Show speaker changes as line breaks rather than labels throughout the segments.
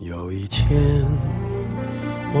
有一天，我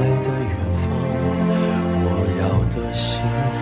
的远方，我要的幸福，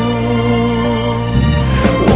我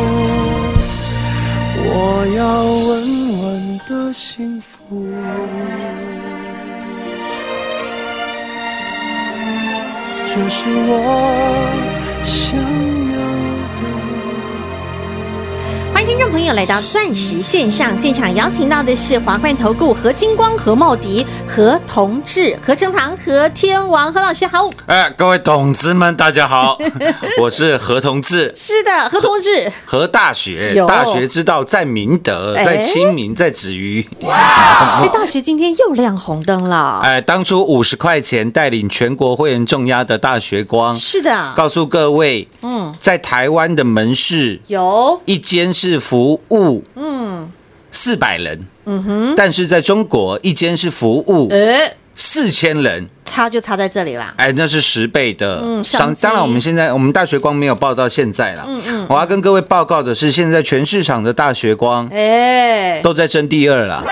途。我要稳稳的幸福。这是我想要的。
欢迎听众朋友来到钻石线上现场，邀请到的是华冠投顾何金光、何茂迪、何同志、何成堂、何天王，何老师好。
哎，各位董子们，大 家好，我是何同志。
是的，何同志，
何大学
有，
大学之道在明德，
哎
在亲民，在止于。
哎，大学今天又亮红灯了。
哎，当初五十块钱带领全国会员重压的大学光，
是的，
告诉各位，
嗯，
在台湾的门市
有，
一间是服务，嗯，四百人，嗯哼，但是在中国一间是服务
哎，
四千人，
差就差在这里啦。
哎，那是十倍的
嗯
商
商机
当然，我们现在我们大学光没有报到现在了。嗯嗯，我要跟各位报告的是，现在全市场的大学光
哎，
都在争第二了，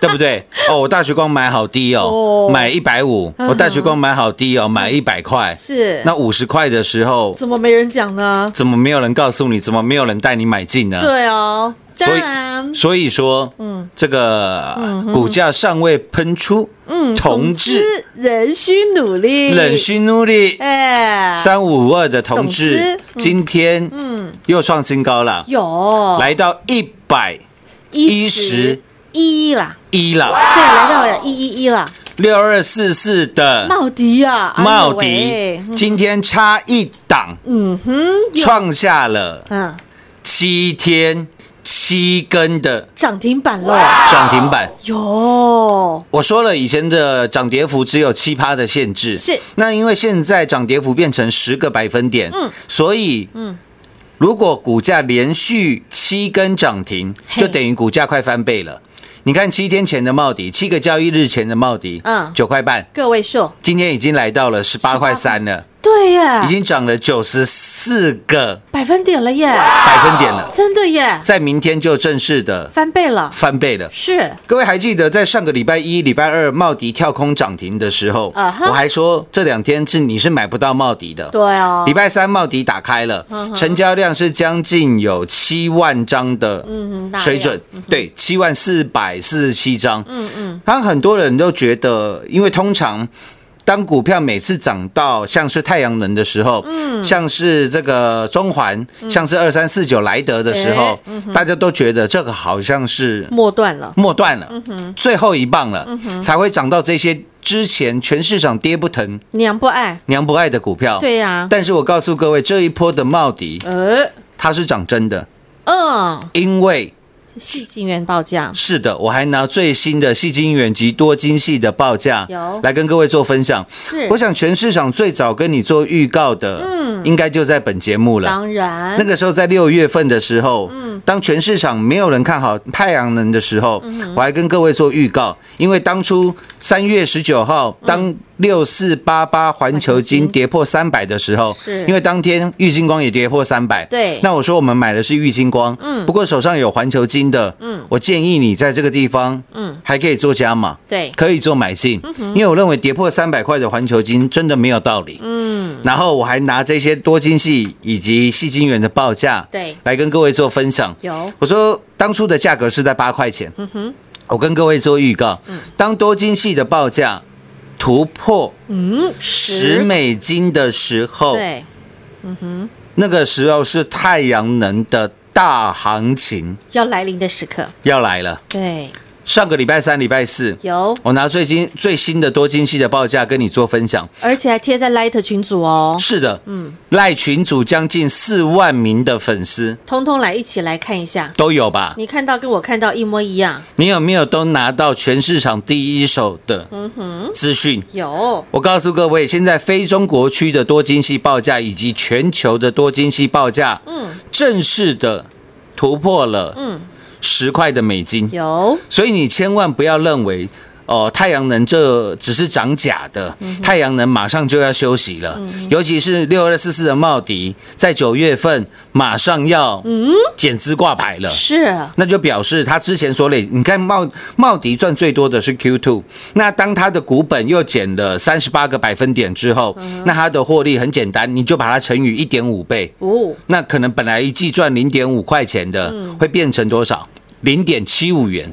对不对？哦，我大学光买好低哦
哦，
买一百五。我大学光买好低哦，买一百块。
是，
那五十块的时候，
怎么没人讲呢？
怎么没有人告诉你？怎么没有人带你买进呢？
对啊，
所
当然
以所以说，嗯，这个股价尚未喷出，嗯，同志
资仍需努力，
冷需努力，
哎，
三五五二的同
董
志
事，嗯
今天嗯又创新高了，
有
来到一百10
一啦，
一了，
对，来到一一一了，
六二四四的
茂迪呀，哎呦
茂
喂
啊迪，今天差一档，
嗯哼，有
创下了
嗯
七天七根的
涨停板喽，
涨停板。
有
我说了，以前的涨跌幅只有七趴的限制，
是
那因为现在涨跌幅变成十个百分点，
嗯
所以嗯。如果股价连续七根涨停，
嘿
就等于股价快翻倍了。你看七天前的茂迪，七个交易日前的茂迪，
嗯
九块半，
个位数，
今天已经来到了十八块三了，
对耶，
已经涨了九十四个
百分点了耶，
百分点了，
真的耶，
在明天就正式的
翻倍了，
翻倍了。
是
各位还记得在上个礼拜一、礼拜二茂迪跳空涨停的时候
啊哈
我还说这两天是你是买不到茂迪的。
对嗯哦
礼，拜三茂迪打开了成交量是将近有七万张的
嗯嗯大
水准
量，
对，七万四百四十七张。
嗯嗯，
当很多人都觉得，因为通常当股票每次涨到像是太阳能的时候，
嗯
像是这个中环，像是二三四九莱德的时候
哎，
大家都觉得这个好像是
末段了，
末段了，
嗯
最后一棒了，才会涨到这些之前全市场跌不疼、
娘不爱，
娘不爱的股票。
对啊呀，
哦但是我告诉各位，这一波的茂迪
呃，
它是涨真的，
嗯，
因为
细晶元报价，
是的，我还拿最新的细晶远及多晶系的报价
有
来跟各位做分享。
是
我想全市场最早跟你做预告的，
嗯
应该就在本节目了。
当然
那个时候在六月份的时候，
嗯
当全市场没有人看好太阳能的时候，我还跟各位做预告，因为当初三月十九号，
嗯
当六四八八环球金跌破三百的时候，
是
因为当天玉金光也跌破三百，
对
那我说我们买的是玉金光，
嗯
不过手上有环球金的，我建议你在这个地方，
嗯
还可以做加码。
对，
可以做买进，
嗯
因为我认为跌破三百块的环球金真的没有道理。
嗯，
然后我还拿这些多金系以及细金元的报价，
对
来跟各位做分享。
有嗯
我说当初的价格是在八块钱，我跟各位做预告，当多金系的报价突破
嗯
十美金的时候，
对，
那个时候是太阳能的大行情
要来临的时刻，
要来了。
对，
上个礼拜三、礼拜四，
有，
我拿最新最新的多金系的报价跟你做分享。
而且还贴在 Light 群组哦，
是的，嗯，赖群主将近四万名的粉丝
通通来一起来看一下，
都有吧？
你看到跟我看到一模一样，
你有没有都拿到全市场第一手的
嗯
资讯？
有，
我告诉各位，现在非中国区的多晶系报价以及全球的多晶系报价，
嗯
正式的突破了
嗯，
十块的美金，
有，
所以你千万不要认为。哦，太阳能这只是涨假的，太阳能马上就要休息了，尤其是六二四四的茂迪，在九月份马上要减资挂牌了，
是
那就表示它之前所累，你看茂茂迪赚最多的是 Q two，那当它的股本又减了三十八个百分点之后，那它的获利很简单，你就把它乘以一点五倍，
五
那可能本来一季赚零点五块钱的，会变成多少？零点七五元。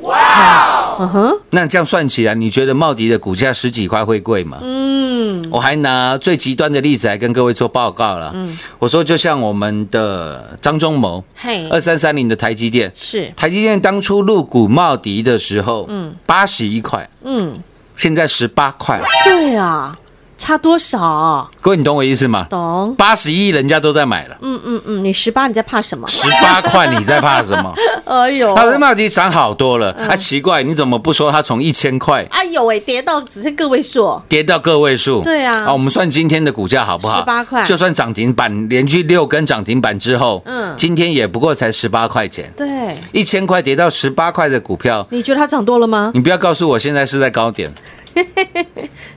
嗯哼，
那这样算起来，你觉得茂迪的股价十几块会贵吗？
嗯，
我还拿最极端的例子来跟各位做报告了。我说就像我们的张忠谋，
嘿，
二三三零的台积电，
是，
台积电当初入股茂迪的时候，嗯，八十一块，
嗯，
现在十八块，
对啊，差多少？
各位你懂我意思吗？
懂，
八十亿人家都在买了，
嗯嗯嗯，你十八你在怕什么？
十八块你在怕什么？
哎呦，
他的茂迪涨好多了，
嗯
啊，奇怪，你怎么不说它从一千块
哎呦喂，跌到只剩个位数，
跌到个位数？
对啊
啊，我们算今天的股价好不好？
18块
就算涨停板连续六根涨停板之后，
嗯
嗯，今天也不过才十八块钱，
对，
一千块跌到十八块的股票，
你觉得它涨多了吗？
你不要告诉我现在是在高点，
嗯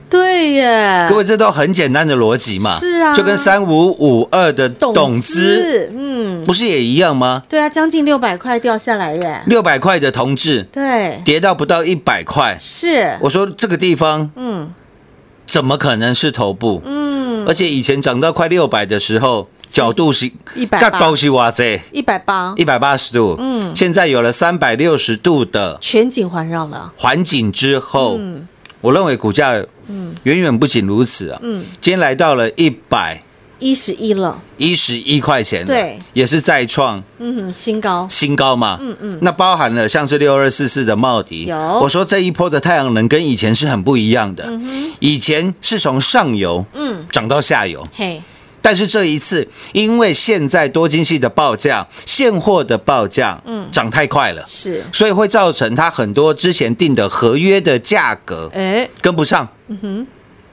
对耶，
各位这都很简单的逻辑嘛，
是啊
就跟三五五二的董资
资，嗯，
不是也一样吗？
对啊，将近六百块掉下来耶，
六百块的同志
对，
跌到不到一百块，
是，
我说这个地方
嗯
怎么可能是头部？
嗯，
而且以前涨到快六百的时候，角度是
180
角度是哇这
一百八
一百八十度，嗯，现在有了三百六十度的
全景环绕了，
环境之后，我认为股价，嗯，远远不仅如此啊，嗯，今天来到了一百
一十一了，
一十一块钱，
对，
也是再创
嗯，新高，
新高嘛，嗯嗯，那包含了像是六二四四的茂迪，
有
我说这一波的太阳能跟以前是很不一样的，以前是从上游，
嗯，
涨到下游，
嘿，
但是这一次，因为现在多晶系的报价、现货的报价，嗯，涨太快了，
是，
所以会造成它很多之前定的合约的价格
哎，
跟不上。嗯哼。嗯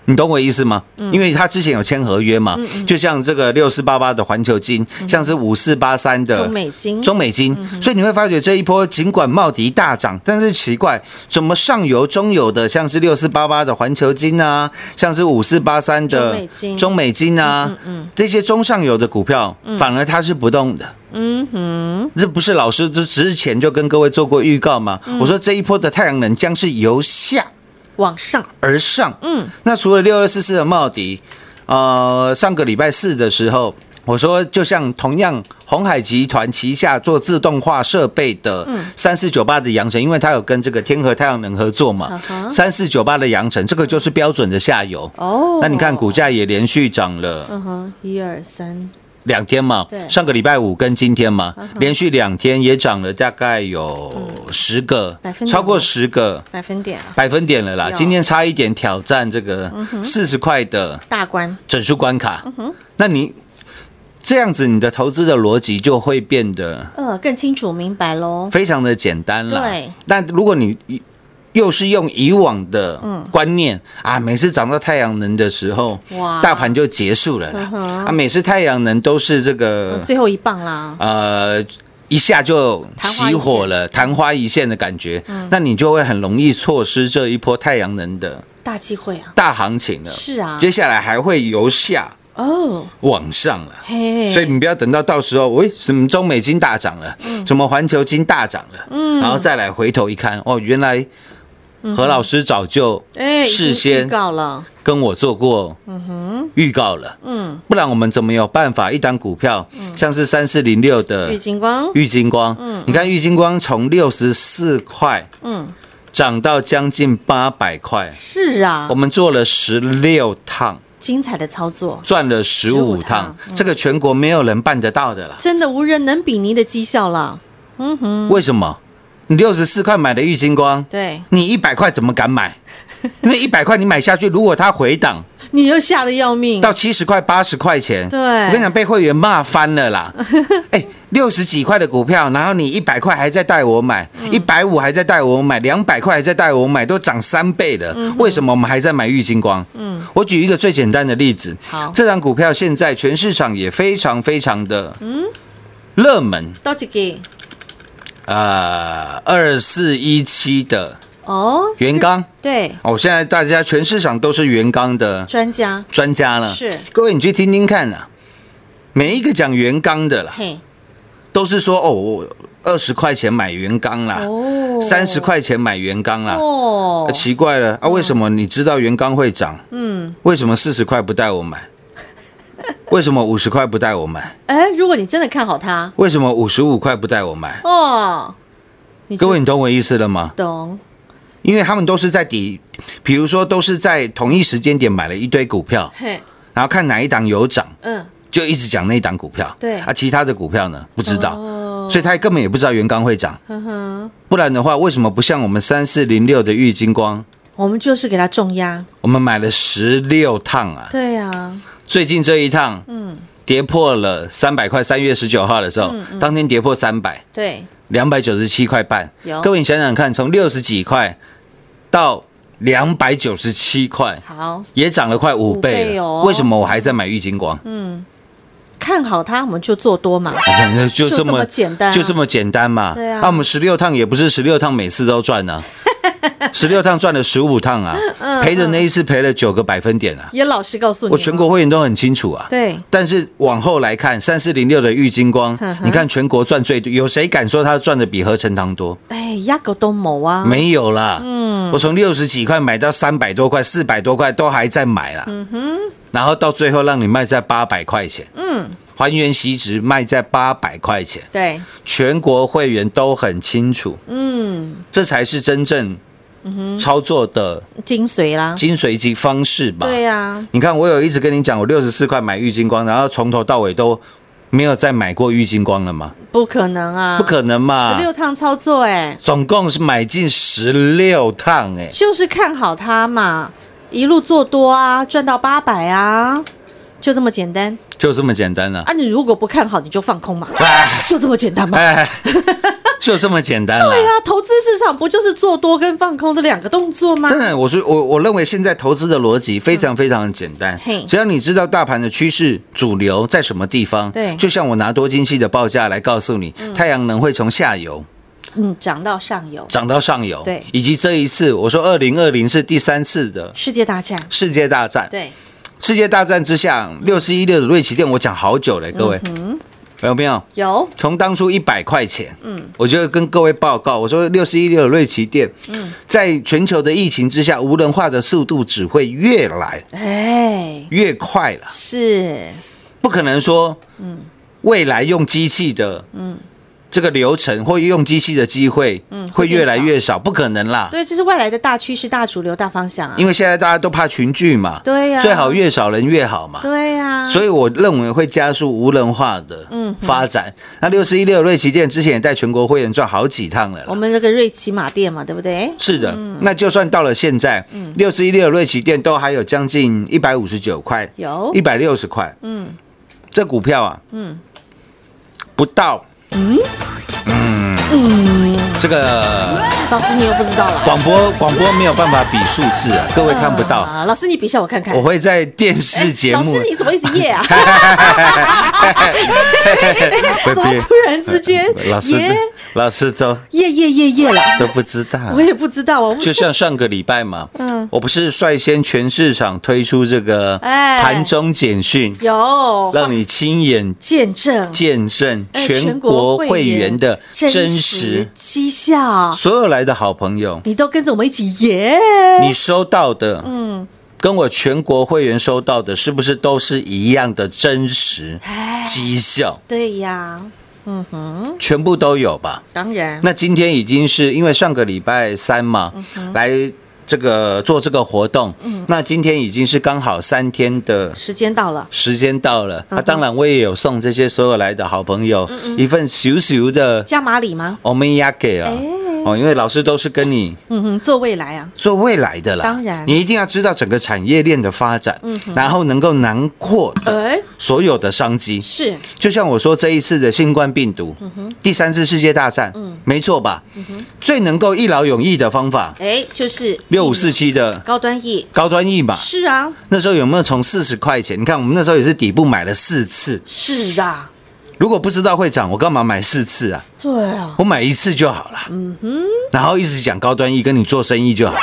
你懂我意思吗？因为它之前有签合约嘛，就像这个六四八八的环球金，像是五四八三的
中美金
中美
嗯
金，所以你会发觉这一波尽管茂迪大涨，但是奇怪，怎么上游、中游的像是六四八八的环球金啊，像是五四八三的
中美金嗯
中美金啊，这些中上游的股票，反而它是不动的。
嗯哼，
这不是老师之之前就跟各位做过预告吗？
嗯
我说这一波的太阳能将是由下
往上，
而上。
嗯，
那除了六二四四的茂迪，呃，上个礼拜四的时候，我说就像同样红海集团旗下做自动化设备的
嗯
三四九八的阳城，因为它有跟这个天河太阳能合作嘛
啊哈，
三四九八的阳城，这个就是标准的下游。
哦，
那你看股，价也连续涨了
嗯哼，一二三，
两天嘛
嗯对，嗯
上个礼拜五跟今天嘛，连续两天也涨了大概有十个
百分，点
超过十个
百分点啊，
百分点了啦。
有嗯
今天差一点挑战这个四十块的
大关，
整数关卡，
嗯
那你这样子，你的投资的逻辑就会变得
呃，更清楚明白喽，
非常的简单啦。
对，
那如果你又是用以往的
嗯
观念、啊，每次涨到太阳能的时候，
哇嗯
大盘就结束了啦。
哼
啊，每次太阳能都是这个、
最后一棒啦，
呃。一下就熄火了，昙花一现的感觉，
嗯
那你就会很容易错失这一波太阳能的
大机会啊，
大行情了。
是啊
接下来还会由下
哦，
往上了。
嘿，
所以你不要等到到时候，喂，什么中美金大涨了，
嗯
什么环球金大涨了，然后再来回头一看，哦，原来
嗯
何老师早就
哎，已经
事先
预告了，
跟我做过
嗯
预告了，嗯，不然我们怎么有办法一档股票，像是三四零六的
玉嗯金光，
玉金光，你看玉金光从六十四块，
嗯
涨到将近八百块，
是啊
我，们做了十六趟，
精彩的操作，
赚了十五
15
趟嗯
趟，
这个全国没有人办得到的啦。
真的无人能比拟的绩效了，
为什么？你六十四块买的玉金光，
对，
你一百块怎么敢 买？因为一百块你买下去，如果它回档
你又吓得要命，
到七十块、八十块钱，
嗯对
我跟你讲，被会员骂翻 了啦。哎，六十几块的股票，然后你一百块还在带我买，
嗯
一百五还在带我买，两百块还在带我买，都涨三倍了。
嗯
为什么我们还在买玉金光？嗯，我举一个最简单的例子，
好
这张股票现在全市场也非常非常的
嗯
热门，
到这个
呃，二四一七的
哦，
元刚
对，
哦，现在大家全市场都是元刚的
专家，
专家了。
是，
各位你去听听看啊，每一个讲元刚的啦，
嘿，
都是说哦，我二十块钱买元刚啦，
哦
三十块钱买元刚啦。
哦
啊，奇怪了啊，为什么你知道元刚会涨？
嗯，
为什么四十块不带 我买？为什么五十块不带我买？
哎，如果你真的看好它，
为什么五十五块不带我买？
哦，你
各位，
就
你懂我意思了吗？
懂，
因为他们都是在底，比如说都是在同一时间点买了一堆股票，
嘿，
然后看哪一档有涨，
嗯，
就一直讲那一档股票。
对
啊，其他的股票呢不知道，
哦
所以他根本也不知道元刚会涨。
呵呵，
不然的话，为什么不像我们三四零六的玉金光，
我们就是给它重压，
我们买了十六趟啊？
对啊，
最近这一趟，嗯，跌破了三百块，三月十九号的时候，
嗯
当天跌破三百，
对，
两百九十七块半
有。
各位你想想看，从六十几块到两百九十七块，
好，
也涨了快五
五
倍
倍
了。
哦
为什么我还在买郁金光？嗯，
看好它，我们就做多嘛，
就
就
这
这
么
么简单啊
就这么简单嘛。
对啊
我们十六趟也不是十六趟每次都赚 啊，十六趟赚了十五趟啊，
嗯
赔的那一次赔了九个百分点啊。
也老实告诉你，
我全国，会员都很清楚啊。
嗯对，
但是往后来看，三四零六的郁金光
呵，呵
你看全国赚最多，有谁敢说他赚的比合成堂多？
哎，压狗都谋啊，
没有啦，嗯，我从六十几块买到三百多块、四百多块，都还在买啦，嗯哼，然后到最后让你卖在八百块钱，嗯，还原席值卖在八百块钱，
对，
全国会员都很清楚，
嗯，
这才是真正操作的
精髓啦，
精髓及方式吧？
对啊呀，
你看，我有一直跟你讲，我六十四块买郁金光，然后从头到尾都没有再买过郁金光了嘛？
不可能啊，
不可能嘛
十！六趟操作，哎，
总共是买进十六趟、哎，
就是看好它嘛，一路做多啊，赚到八百啊，就这么简单
就这么简单了、
啊！你如果不看好，你就放空嘛，
哎
就这么简单嘛。
哎，就这么简单 了、
对啊，投资市场不就是做多跟放空的两个动作吗？
真的，我是我我认为现在投资的逻辑非常非常的简单
嘿，
只要你知道大盘的趋势主流在什么地方，
对
就像我拿多晶系的报价来告诉你，太阳能会从下游
嗯，涨到上游，
涨到上游，
对
以及这一次我说二零二零是第三次的
世界大战，
世界大战，
对，
世界大战之下六四一六的瑞奇店，我讲好久了，各
嗯
位，有没有？
有
从当初一百块钱，嗯，我就跟各位报告，我说六十一六的瑞奇店，嗯，在全球的疫情之下，无人化的速度只会越来
哎，
越快了，
是
不可能说，嗯，未来用机器的，嗯，这个流程或用机器的机会，嗯，
会
会
变
越来越少，不可能啦，
对，这是未来的大趋势、大主流、大方向啊。
因为现在大家都怕群聚嘛，
对呀
最好越少人越好嘛，
对啊呀、
所以我认为会加速无人化的发展。那六十一六瑞奇店之前也带全国会员赚好几趟了啦
我们这个瑞奇马店嘛，对不对？
是的，那就算到了现在，六十一六瑞奇店都还有将近一百五十九块，
有
一百六十块，嗯，这股票啊，嗯，不到，嗯嗯，这个
老师，你又不知道了。
广播广播没有办法比数字啊，各位看不到，
啊，老师，你比一下我看看。
我会在电视节
老
目
师，你怎么一直夜啊？怎么突然之间
哎老 师
耶
老师都
夜夜夜夜了？
都不知道，
我也不知道 哦。
就像上个礼拜嘛，
嗯
我不是率先全市场推出这个
哎
盘中简讯，
有
让你亲眼
见证
见证
呃
全国哎会员的真实。啊
绩效，
所有来的好朋友，
你都跟着我们一起耶！
你收到的，嗯，跟我全国会员收到的，是不是都是一样的真实
哎，
绩效？
对呀，
全部都有吧？
当然
那今天已经是因为上个礼拜三嘛，来这个做这个活动，那今天已经是刚好三天的
时间到了，
时间到
嗯
了。啊，当然我也有送这些所有来的好朋友一份小小的
加码礼吗？
欧米亚给啊，
哎
哦，因为老师都是跟你
嗯哼，做未来啊，
做未来的啦，
当然嗯
你一定要知道整个产业链的发展，然后能够囊括
哎，
所有的商机。
是
就像我说这一次的新冠病毒，
嗯
第三次世界大战，没错吧？最能够一劳永逸的方法，
哎，就是
六五四七的
高端 E，
高端疫嘛，
是啊，
那时候有没有从四十块钱？你看我们那时候也是底部买了四次，
是啊，
如果不知道会涨，我干嘛买四次啊？
对啊，
我买一次就好了。然后一直讲高端疫跟你做生意就好了。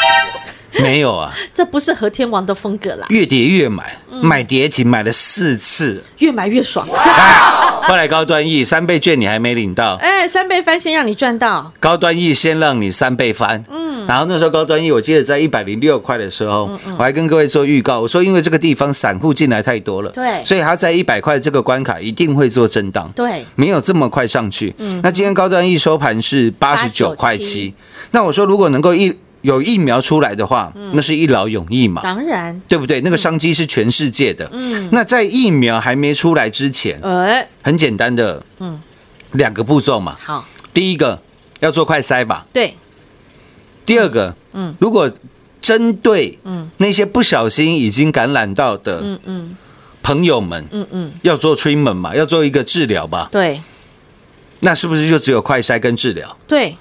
没有啊，
这不是和天王的风格啦，
越跌越买，买跌停买了四次。
越买越爽。
啊后来高端疫三倍券你还没领到，
哎，三倍翻先让你赚到，
高端 E 先让你三倍翻，嗯，然后那时候高端 E 我记得在一百零六块的时候，我还跟各位做预告，我说因为这个地方散户进来太多了，
对
所以它在一百块这个关卡一定会做震荡，
对
没有这么快上去。那今天高端 E 收盘是八十九块
89.7
七，那我说如果能够一有疫苗出来的话，那是一劳永逸嘛。
当然，
对不对？那个商机是全世界的。嗯，那在疫苗还没出来之前，
哎，
很简单的，嗯，两个步骤嘛。
好，
第一个要做快筛吧，
对，
第二个，
嗯
嗯，如果针对嗯那些不小心已经感染到的
嗯嗯
朋友们，
嗯嗯，
要做 treatment 嘛，要做一个治疗吧，
对
那是不是就只有快筛跟治疗？
对，哎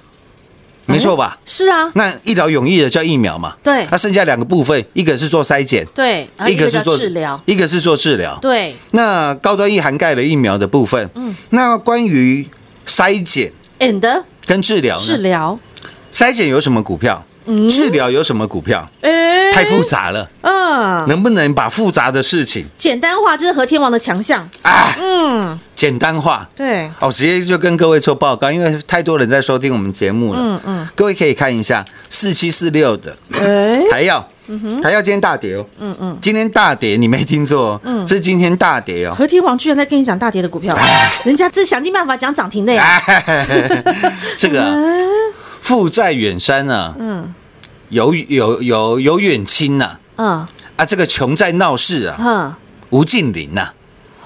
没错吧？
是啊，
那一劳永逸的叫疫苗嘛，
对
那剩下两个部分，一个是做筛检，
对，啊
个
叫
是做
治疗，
一个是做治疗。
对，
那高端疫涵盖了疫苗的部分，嗯，那关于筛检
and
跟治疗
治
呢？
疗嗯
筛检有什么股票？治疗有什么股票？
哎，
太复杂了，
嗯，
能不能把复杂的事情
简单化这是和天王的强项，
啊
嗯，
简单化？
对，
哦，直接就跟各位做报告，因为太多人在收听我们节目了。
嗯嗯，
各位可以看一下四七四六的
哎，
台药，台药今天大跌哦。嗯嗯，今天大跌，你没听错哦，嗯，是今天大 跌哦。
和天王居然在跟你讲大跌的股 票，人家这想尽办法讲涨停的呀，
哎，这个啊负债远山啊，
嗯
有有有有远亲呐、
嗯
啊，这个穷在闹市啊，
嗯，
吴敬林呐、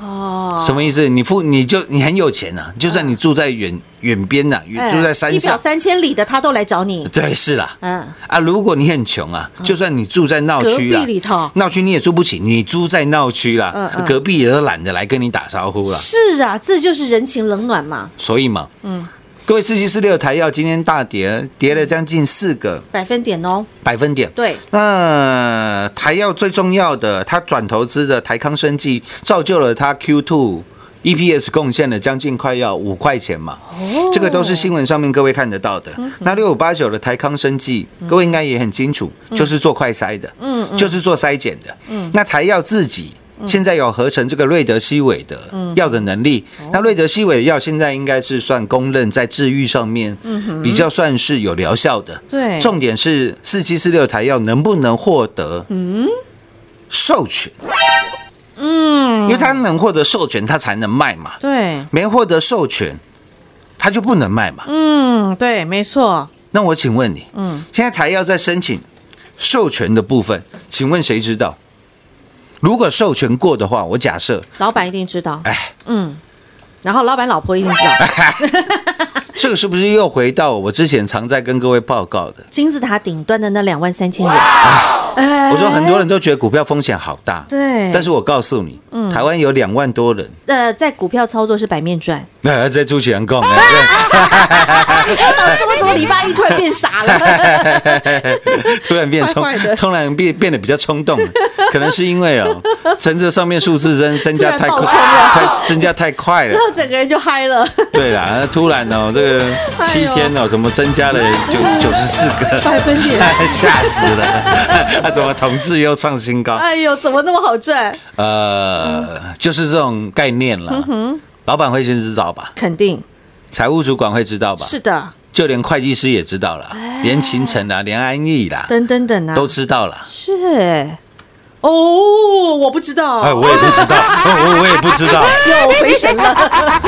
哦，
啊什么意思？你付你就你很有钱呐、啊就算你住在远远边呐、
哎
住在山
一表
上，
三千里的他都来找 你，
对，是啦。
嗯，
啊，如果你很穷啊，就算你住在闹
隔
区啊
壁，里头
闹区你也住不起，你住在闹区啦，
嗯嗯
隔壁也都懒得来跟你打招呼啦。
是啊，这就是人情冷暖嘛，
所以嘛，嗯，各位四七四六台药今天大跌，跌了将近四个
百分点哦，
百分点。
对，
那台药最重要的，它转投资的台康生技，造就了它 Q two EPS 贡献了将近快要五块钱嘛，
哦
这个都是新闻上面各位看得到的。
嗯
那六五八九的台康生技，各位应该也很清楚，就是做快筛的，
嗯
就是做筛检的。那台药自己。现在有合成这个瑞德西韦的
嗯
药的能力，
哦
那瑞德西韦的药现在应该是算公认在治愈上面
嗯
比较算是有疗效的，
对
重点是四七四六台药能不能获得授权？嗯，因为它能获得授权，它才能卖嘛。
对，
没获得授权，它就不能卖嘛。
嗯，对，没错，
那我请问你，
嗯，
现在台药在申请授权的部分，请问谁知道？如果授权过的话，我假设，
老板一定知道，
哎，
嗯，然后老板老婆一定知道，
这个是不是又回到我之前常在跟各位报告的？
金字塔顶端的那两万三千元，哎
我说很多人都觉得股票风险好大，
对嗯
但是我告诉你，台湾有两万多人
呃，在股票操作是百面 赚。
那哎在朱启安讲，哎
老师，我怎么礼拜一突然变傻 了？
突然变冲
怪怪的，
突然变变得比较 冲动，可能是因为哦，乘着上面数字增增加太快，
突然爆
太增加太快了
然。后整个人就嗨了，
对啦，突然哦，这个七天哦，怎么增加了九九十四个？
哎百分点。
吓死了！ 啊，怎么同志又创新高？
哎呦，怎么那么好赚？
呃，就是这种概念
嗯
了。老板会先知道吧？
肯定
财务主管会知道吧？
是的，
就连会计师也知道了，连秦晨啦，连安逸啦，
等等等啊，
都知道了。
是。哦，我不知道，
哎，我也不 知道，我我我也不知道，
又回神了。 啊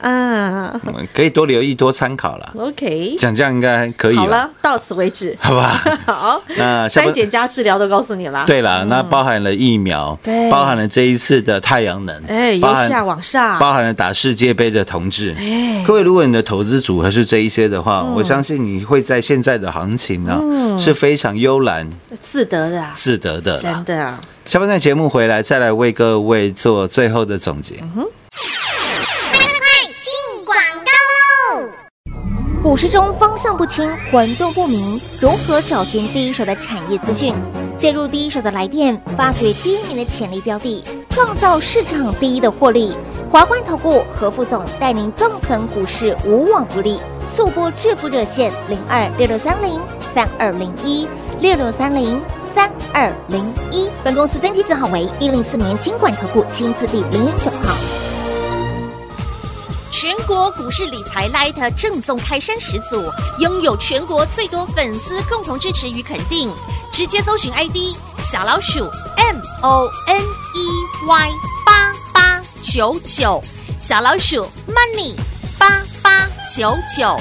嗯 可以多留意，多参考啦。
，OK，
讲这样应该可以哦
好，了，到此为止。
好吧？
好，
那下
筛
半
检加治疗都告诉你了。，
对了，那包含了疫苗，
嗯对
包含了这一次的太阳能，
哎，由
包含
下往上，
包含了打世界杯的同志。
哎嗯
各位，如果你的投资组合是这一些的话，我相信你会在现在的行情呢、是非常悠然
自得的啊，
自得的啦。
真的啊。
下半段节目回来，再来为各位做最后的总结。
嗯
进广告喽！股市中方向不清、混沌不明，如何找寻第一手的产业资讯？介入第一手的来电，发掘第一名的潜力标的，创造市场第一的获利。华冠投顾何副总带领纵横股市，无往不利。速播致富热线零二六六三零三二零一六六三零三二零一。本公司登记字号为一零四年经管投顾新字第零零九号。
全国股市理财 Light 正宗开山始祖，拥有全国最多粉丝共同支持与肯定。直接搜寻 ID 小老鼠 M O N E Y 八八九九，小老鼠 Money 八八九九，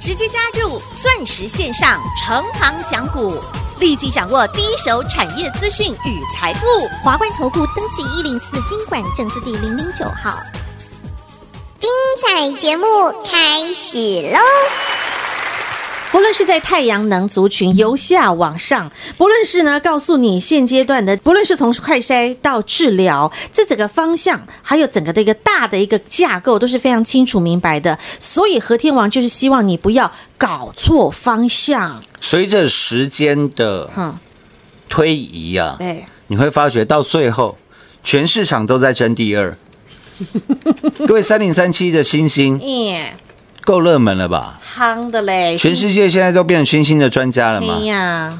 直接加入钻石线上成堂讲股，立即掌握第一手产业资讯与财富。
华冠投顾登记一零四经管证字第零零九号。精彩节目开始喽！
不论是在太阳能族群由下往上，不论是呢告诉你现阶段的，不论是从快筛到治疗，这整个方向，还有整个的一个大的一个架构都是非常清楚明白的。所以和天王就是希望你不要搞错方向。
随着时间的
嗯，
推移啊，
对，
你会发觉到最后，全市 场都在争第二。各位，三零三七的星星
耶，
够热门了吧？
夯的嘞，
全世界现在都变成全新的专家了嘛
哎？呀，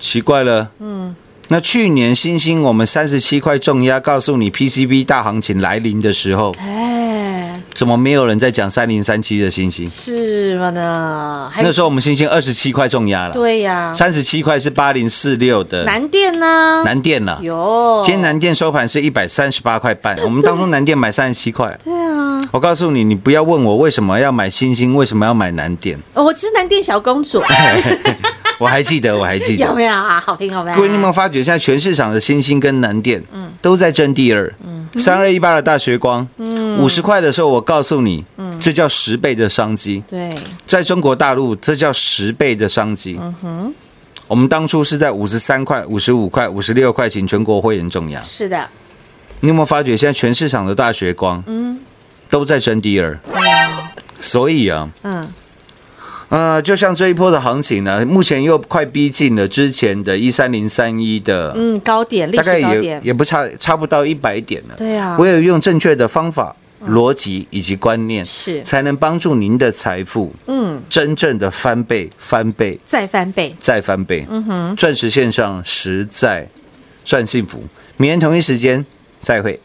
奇怪了，嗯，那去年星星我们三十七块重压，告诉你 PCB 大行情来临的时候，
哎，
怎么没有人在讲三零三七的星星？
是吗呢？还有
那时候我们星星二十七块重压了，
对呀，
三十七块是八零四六的
南电呢？
南电了。
有，
今天南电收盘是一百三十八块半，我们当初南电买三十七块。
对啊，
我告诉你，你不要问我为什么要买星星，为什么要买南 电，
哦我是南电小公主，
哎我还记得，我还记得
有。没有啊？好听好没？
各位，你有没有发觉现在全市场的星星跟南电，嗯，都在争第二，嗯，三二一八的大学光，嗯，五十块的时候，我告诉你，嗯，这叫十倍的商机，
对，
在中国大陆这叫十倍的商机，嗯哼，我们当初是在五十三块、五十五块、五十六块，请全国会员重压，
是的，
你有没有发觉现在全市场的大学光，嗯，都在争第二，所以啊，
嗯，
呃，就像这一波的行情呢，目前又快逼近了之前的一三零三一的，
嗯，高点历
大概
史高
也
点，
也不差差不到一百点了。
对啊嗯
唯有用正确的方法、逻辑以及观念，
是
才能帮助您的财富
嗯，
真正的翻倍、翻倍
再翻倍，
再翻倍。嗯哼，钻石线上实在赚幸福。明天同一时间再会。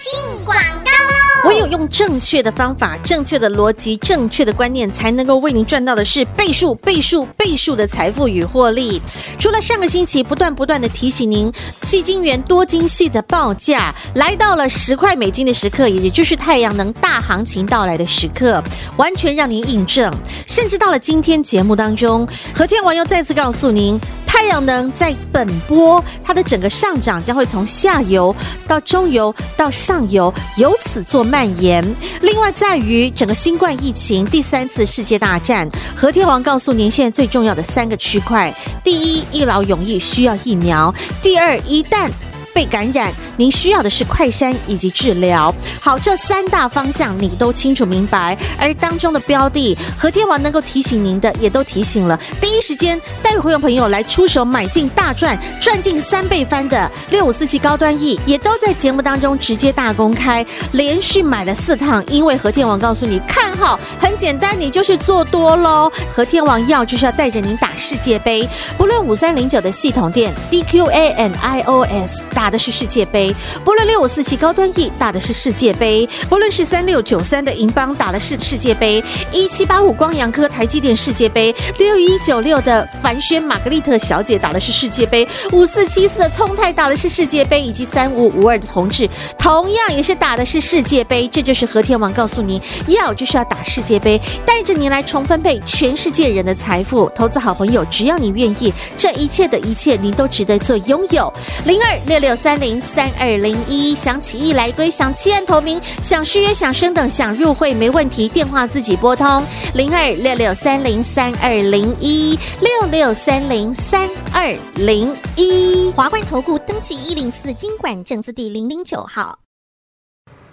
进广告
唯有用正确的方法、正确的逻辑、正确的观念，才能够为您赚到的是倍数、倍数、倍数的财富与获利。除了上个星期不断不断的提醒您，细晶元多晶系的报价来到了十块美金的时刻，也就是太阳能大行情到来的时刻，完全让您印证。甚至到了今天节目当中，和天王又再次告诉您。太阳能在本波，它的整个上涨将会从下游到中游到上游，由此做蔓延。另外，在于整个新冠疫情第三次世界大战，何天王告诉您现在最重要的三个区块：第一，一劳永逸需要疫苗；第二，一旦被感染，您需要的是快筛以及治疗。好，这三大方向你都清楚明白，而当中的标的，和天王能够提醒您的也都提醒了，第一时间带会员朋友来出手买进大赚，赚进三倍翻的六五四七高端 E 也都在节目当中直接大公开，连续买了四趟，因为和天王告诉你看好，很简单，你就是做多喽。哦和天王要就是要带着您打世界杯，不论五三零九的系统店 DQA N I O S 打的是世界杯，不论六五四七高端 E 打的是世界杯，不论是三六九三的银邦打的是世界杯，一七八五光阳科台积电世界杯，六一九六的凡轩玛格丽特小姐打的是世界杯，五四七四的聪泰打的是世界杯，以及三五五二的同志同样也是打的是世界杯，这就是和天王告诉您要就是要打世界杯，带着您来重分配全世界人的财富，投资好朋友，只要你愿意，这一切的一切您都值得做拥有。零二六六三零三二零一，想起义来归，想弃暗投明，想续约，想升等，想入会没问题，电话自己拨通零二六六三零三二零一六六三零三二零一。
华冠投顾登记一零四经管证字第零零九号。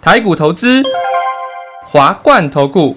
台股投资，华冠投顾，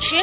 全